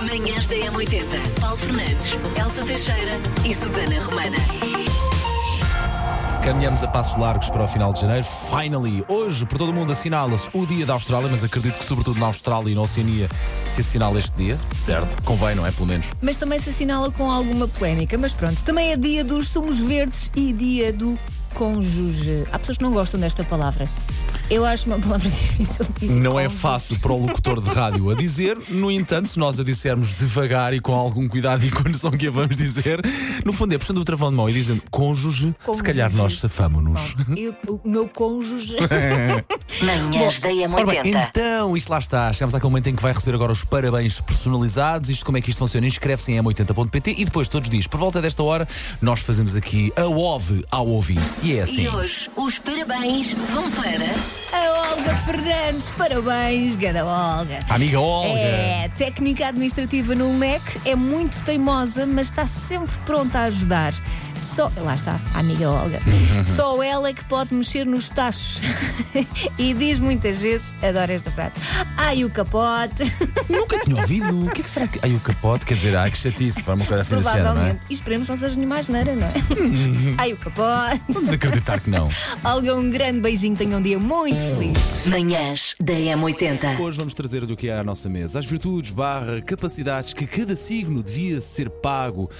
Manhãs da M80. Paulo Fernandes, Elsa Teixeira e Susana Romana. Caminhamos a passos largos para o final de janeiro. Finally, hoje por todo o mundo assinala-se o Dia da Austrália, mas acredito que sobretudo na Austrália e na Oceania se assinala este dia. Certo, convém, não é? Pelo menos. Mas também se assinala com alguma polémica. Mas pronto, também é dia dos sumos verdes e dia do cônjuge. Há pessoas que não gostam desta palavra. Eu acho uma palavra difícil de dizer. Não é cônjuge. fácil para o locutor de rádio a dizer, no entanto, se nós a dissermos devagar e com algum cuidado e condição que a vamos dizer, no fundo é puxando o travão de mão e dizendo cônjuge, se Cônjuge. calhar nós safamo-nos. Pronto, eu- o meu cônjuge. Manhãs da Ora bem, M80. então, isto lá está. Chegamos àquele momento em que vai receber agora os parabéns personalizados. Isto como é que isto funciona? Inscreve-se em m80.pt e depois todos os dias, por volta desta hora, nós fazemos aqui a OVE ao ouvinte. E é assim. E hoje os parabéns vão para. A Olga Fernandes, parabéns, gada Olga. A amiga Olga. É, técnica administrativa no MEC, é muito teimosa, mas está sempre pronta a ajudar. Só, lá está, a amiga Olga. Só ela é que pode mexer nos tachos. e diz muitas vezes, adoro esta frase, ai o capote. Nunca tinha ouvido. O que é que será que. Ai, o capote, quer dizer, ai, que chatice. Para uma coisa assim desse género, não é? Provavelmente. E esperemos que não seja nenhuma asneira, não é? ai o capote. Vamos acreditar que não. Olga, um grande beijinho, tenha um dia muito Oh. feliz. Manhãs da M80. Hoje vamos trazer do que é à nossa mesa as virtudes barra capacidades que cada signo devia ser pago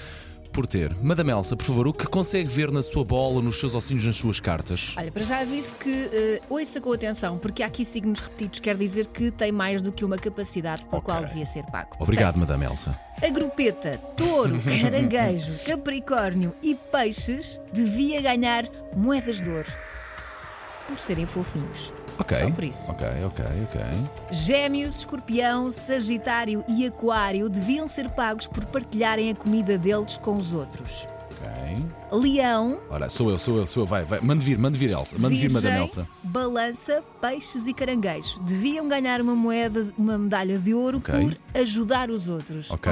por ter. Madame Elsa, por favor, o que consegue ver na sua bola, nos seus ossinhos, nas suas cartas? Olha, para já aviso que eh, ouça com atenção, porque há aqui signos repetidos, quer dizer que tem mais do que uma capacidade pela qual devia ser pago. Obrigado, Portanto, Madame Elsa. A grupeta, touro, caranguejo, capricórnio e peixes devia ganhar moedas de ouro. Por serem fofinhos. Ok. Só por isso. Ok, ok, ok. Gêmeos, escorpião, sagitário e aquário deviam ser pagos por partilharem a comida deles com os outros. Ok. Leão, Ora, sou eu, sou eu, sou eu. Vai, vai. Mande vir, mande vir, Elsa. Mande vir, Madame Virgem, Elsa. Balança, peixes e caranguejo. Deviam ganhar uma moeda, uma medalha de ouro Ok. por ajudar os outros. Ok,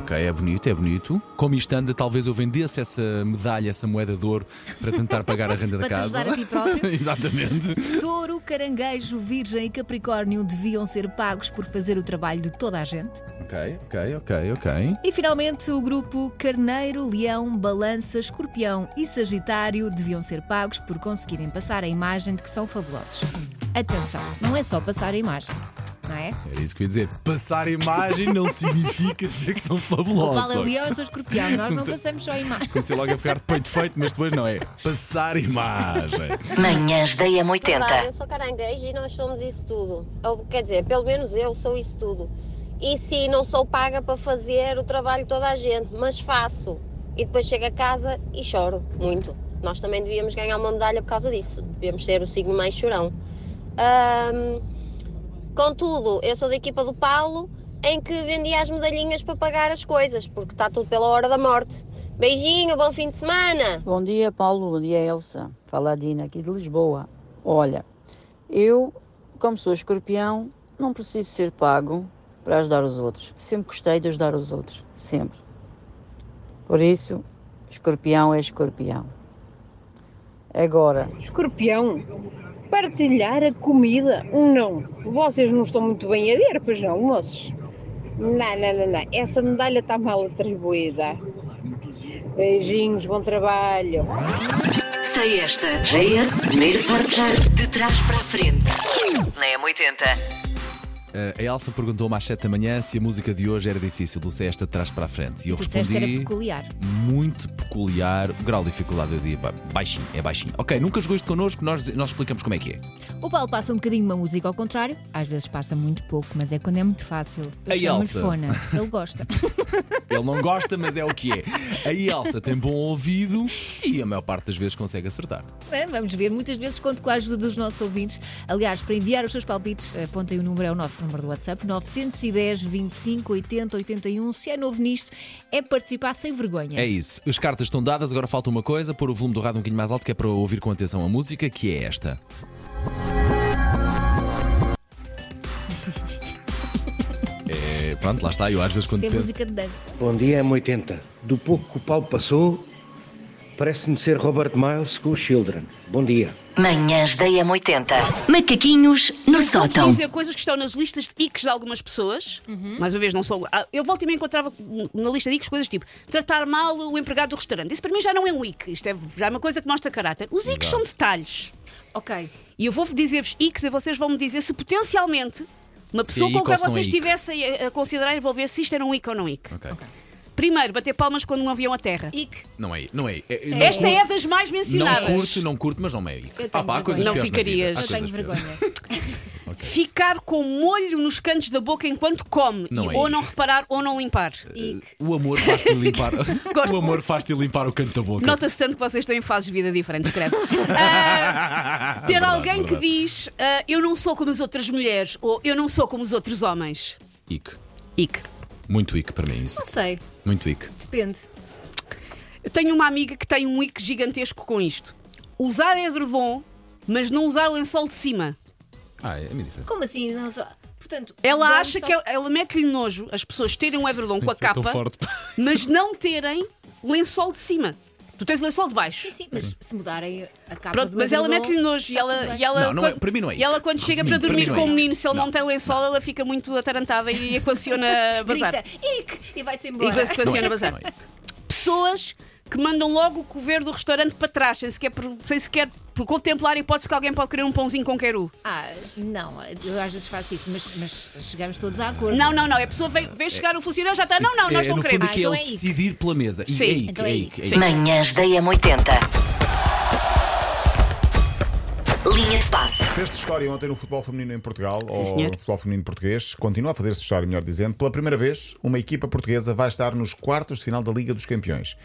ok, é bonito, é bonito. Como isto anda, talvez eu vendesse essa medalha, essa moeda de ouro para tentar pagar a renda da Para te casa. ajudar a ti próprio. Exatamente. Touro, caranguejo, virgem e capricórnio deviam ser pagos por fazer o trabalho de toda a gente. Ok, ok, ok, ok. E finalmente, o grupo Carneiro, Leão, Balança, Escorpião e Sagitário deviam ser pagos por conseguirem passar a imagem de que são fabulosos. Atenção, não é só passar a imagem, não é? Era isso que eu ia dizer. Passar imagem não significa dizer que são O Paulo é fabulosos. Leão, eu sou Escorpião, nós não passamos só a imagem. Comecei logo a ficar de peito feito, mas depois não é. Passar imagem. Manhãs da Olá, eu M80. sou caranguejo e nós somos isso tudo. Ou, quer dizer, pelo menos eu sou isso tudo. E sim, não sou paga para fazer o trabalho de toda a gente, mas faço. E depois chego a casa e choro muito. Nós também devíamos ganhar uma medalha por causa disso. Devíamos ser o signo mais chorão. Ahm, contudo, eu sou da equipa do Paulo, em que vendia as medalhinhas para pagar as coisas, porque está tudo pela hora da morte. Beijinho, bom fim de semana! Bom dia, Paulo. Bom dia, Elsa. Fala a Dina aqui de Lisboa. Olha, eu, como sou escorpião, não preciso ser pago para ajudar os outros. Sempre gostei de ajudar os outros. Sempre. Por isso, escorpião é escorpião. Agora, Escorpião, partilhar a comida? Não. Vocês não estão muito bem a ver, pois não, moços? Não, não, não, é não. Essa medalha está mal atribuída. Beijinhos, bom trabalho. Sei esta. JS, primeiro forjar de trás para a frente. Na M80. Uh, A Elsa perguntou-me às 7 da manhã se a música de hoje era difícil, do Cesta de trás para a frente. E eu Tu disseste que era respondi. peculiar. Muito peculiar, o grau de dificuldade eu diria ba- baixinho, é baixinho. Ok, nunca jogou isto connosco, nós, nós explicamos como é que é. O Paulo passa um bocadinho uma música ao contrário, às vezes passa muito pouco, mas é quando é muito fácil. A Eu chamo-lhe Elsa. fona. Ele gosta. Ele não gosta, mas é o que é. A Elsa tem bom ouvido e a maior parte das vezes consegue acertar. É, Vamos ver, muitas vezes conto com a ajuda dos nossos ouvintes. Aliás, para enviar os seus palpites, apontem o número, é o nosso número do WhatsApp, 910 25 80 81. Se é novo nisto, é participar sem vergonha. É isso. As cartas estão dadas, agora falta uma coisa: pôr o volume do rádio um bocadinho mais alto, que é para ouvir com atenção a música, que é esta. É, pronto, lá está. Eu às vezes quando Isto é penso. música de dança. Bom dia, M80. Do pouco que o Paulo passou, Parece-me ser Robert Miles com os Children. Bom dia. Manhãs da M80. Macaquinhos no Então. sótão. dizer coisas que estão nas listas de ics de algumas pessoas. Uhum. Mais uma vez, não sou. ah, Eu volta e me encontrava na lista de ics coisas tipo tratar mal o empregado do restaurante. Isso para mim já não é um ic. Isto é já é uma coisa que mostra caráter. Os ics são detalhes. Ok. E eu vou dizer-vos ics e vocês vão me dizer se potencialmente uma Se é pessoa ic com ou quem se não é vocês ic. estivessem a- a considerar envolver se isto era um ic ou não ic. Ok. Primeiro, bater palmas quando um avião aterra. E que Não é. Não é. é- não Esta curto- é das mais mencionadas. Não curto, não curto, mas não me é. Eu tenho Ah, pá, há vergonha. coisas Não piores na vida. ficarias. Há eu tenho coisas piores. vergonha. Ficar com molho nos cantos da boca enquanto come. Não e é ou ic. não reparar ou não limpar. E que O amor faz-te limpar. Gosto o amor faz-te limpar o canto da boca. Nota-se tanto que vocês estão em fases de vida diferentes, credo. Ah, É ter alguém que diz ah, eu não sou como as outras mulheres ou eu não sou como os outros homens. Ic. Ic. Muito ic para mim isso. não sei, Muito ic. depende. Eu tenho uma amiga que tem um ic gigantesco com isto. Usar edredom, mas não usar lençol de cima. Ah, é, é meio diferente. Como assim? Não só... Portanto, Ela dorme acha só- que é ela, ela mete-lhe nojo as pessoas terem um edredom com a Isso é tão capa, forte. mas não terem lençol de cima. Tu tens o lençol de baixo. Sim, sim, Uhum. mas se mudarem a capa Pronto, do mas ela edredom, mete-lhe nojo e está Tá tudo ela, bem. e ela Não, não é- para mim não é E ela quando isso. chega Sim, para para dormir mim não com é o isso. menino, se ele não, Não. tem lençol, ela fica muito atarantada e equaciona bazar. Grita, Ick! E vai-se E embora. Não é. equaciona bazar. Não é. Pessoas que mandam logo o cover do restaurante para trás, sem sequer, per- sem sequer por contemplar a hipótese que alguém pode querer um pãozinho com queru. Ah, não, eu às vezes faço isso, mas, mas chegamos todos a acordo. Não, não, não. A pessoa vem, vem chegar o funcionário já está. Ah, Não, não, nós é, não no fundo queremos. aqui é Ah, então ele é ic. decidir pela mesa. E Sim. é ic, Então é é ic, ic. é ic. Manhãs da M80. Linha de passe. Fez-se história ontem no futebol feminino em Portugal, ou senhor. no futebol feminino português, continua a fazer-se história, melhor dizendo. Pela primeira vez, uma equipa portuguesa vai estar nos quartos de final da Liga dos Campeões.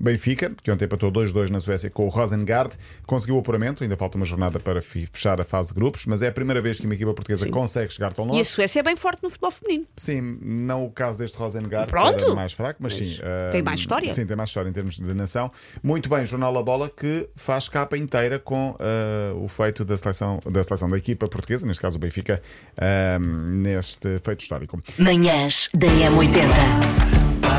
Benfica, que ontem empatou 2-2 na Suécia com o Rosengard, conseguiu o apuramento, ainda falta uma jornada para fi- fechar a fase de grupos, mas é a primeira vez que uma equipa portuguesa consegue chegar tão E longe. a Suécia é bem forte no futebol feminino. Sim, não o caso deste Rosengard, Pronto. que era mais fraco, mas sim. tem ah, mais história. Sim, tem mais história em termos de nação. Muito bem, Jornal A Bola, que faz capa inteira com ah, o feito da seleção, da seleção da equipa portuguesa, neste caso o Benfica, ah, neste feito histórico. Manhãs da M80.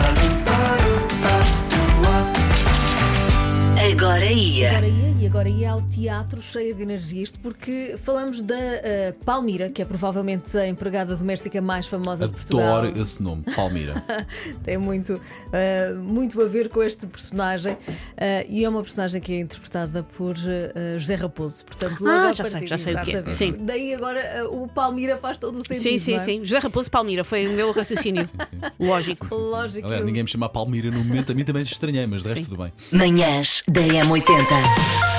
Agora ia. Agora ia, e agora ia ao teatro cheia de energia, isto porque falamos da eh, Palmira, que é provavelmente a empregada doméstica mais famosa de Portugal. Adoro esse nome, Palmira. Tem muito, eh, muito a ver com este personagem eh, e é uma personagem que é interpretada por eh, José Raposo. Portanto, logo Ah, à já sei, partida, já sei o que é. exatamente. Sim. Daí agora eh, o Palmira faz todo o sentido. Sim, sim, não é? sim. José Raposo Palmira foi o meu raciocínio. Lógico. Lógico. Aliás, ninguém me chama Palmira no momento, a mim também estranhei, mas de resto tudo bem. Manhãs da M80.